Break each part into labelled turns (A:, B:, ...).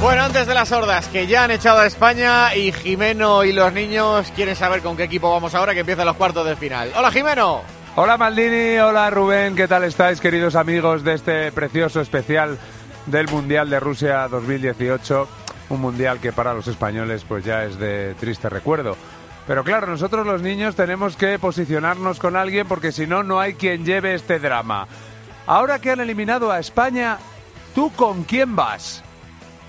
A: Bueno, antes de las sordas, que ya han echado a España y Jimeno y los niños quieren saber con qué equipo vamos ahora que empiezan los cuartos de final. ¡Hola, Jimeno!
B: Hola Maldini, hola Rubén, ¿qué tal estáis queridos amigos de este precioso especial del Mundial de Rusia 2018? Un mundial que para los españoles pues ya es de triste recuerdo. Pero claro, nosotros los niños tenemos que posicionarnos con alguien porque si no, no hay quien lleve este drama. Ahora que han eliminado a España, ¿tú con quién vas?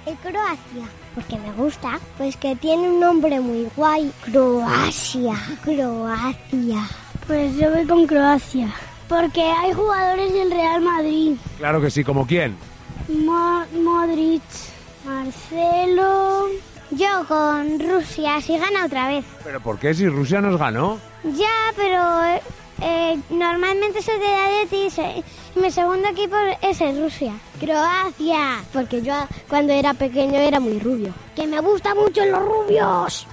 C: En Croacia, porque me gusta, pues que tiene un nombre muy guay. Croacia, Croacia. Pues yo voy con Croacia, porque hay jugadores del Real Madrid.
B: Claro que sí, ¿como quién?
C: Mo- Modric, Marcelo. Yo con Rusia, si gana otra vez.
B: ¿Pero por qué si Rusia nos ganó?
C: Ya, pero eh, eh, normalmente soy de Atleti eh, y mi segundo equipo es el Rusia. Croacia, porque yo cuando era pequeño era muy rubio. Que me gustan mucho los rubios.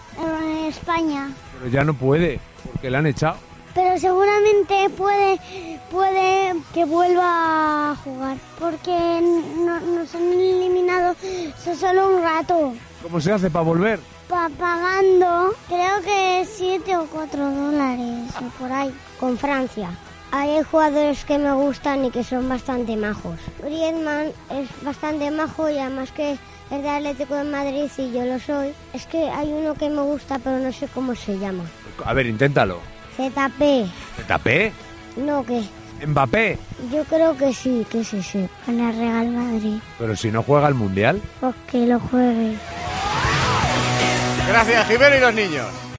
C: España.
B: Pero ya no puede, porque la han echado.
C: Pero seguramente puede, puede que vuelva a jugar, porque no- nos han eliminado so- solo un rato.
B: ¿Cómo se hace para volver?
C: Pa- pagando, creo que 7 o 4 dólares o por ahí. Con Francia. Hay jugadores que me gustan y que son bastante majos. Griezmann es bastante majo y además que es de Atlético de Madrid y yo lo soy. Es que hay uno que me gusta pero no sé cómo se llama.
B: A ver, inténtalo.
C: ZP.
B: ¿Tapé?
C: No, que
B: ¿Mbappé?
C: yo creo que sí, que sí, sí. Con el Real Madrid. Pues
B: Pero si no juega el Mundial.
C: Porque lo juegue.
A: Gracias, Jimeno y los niños.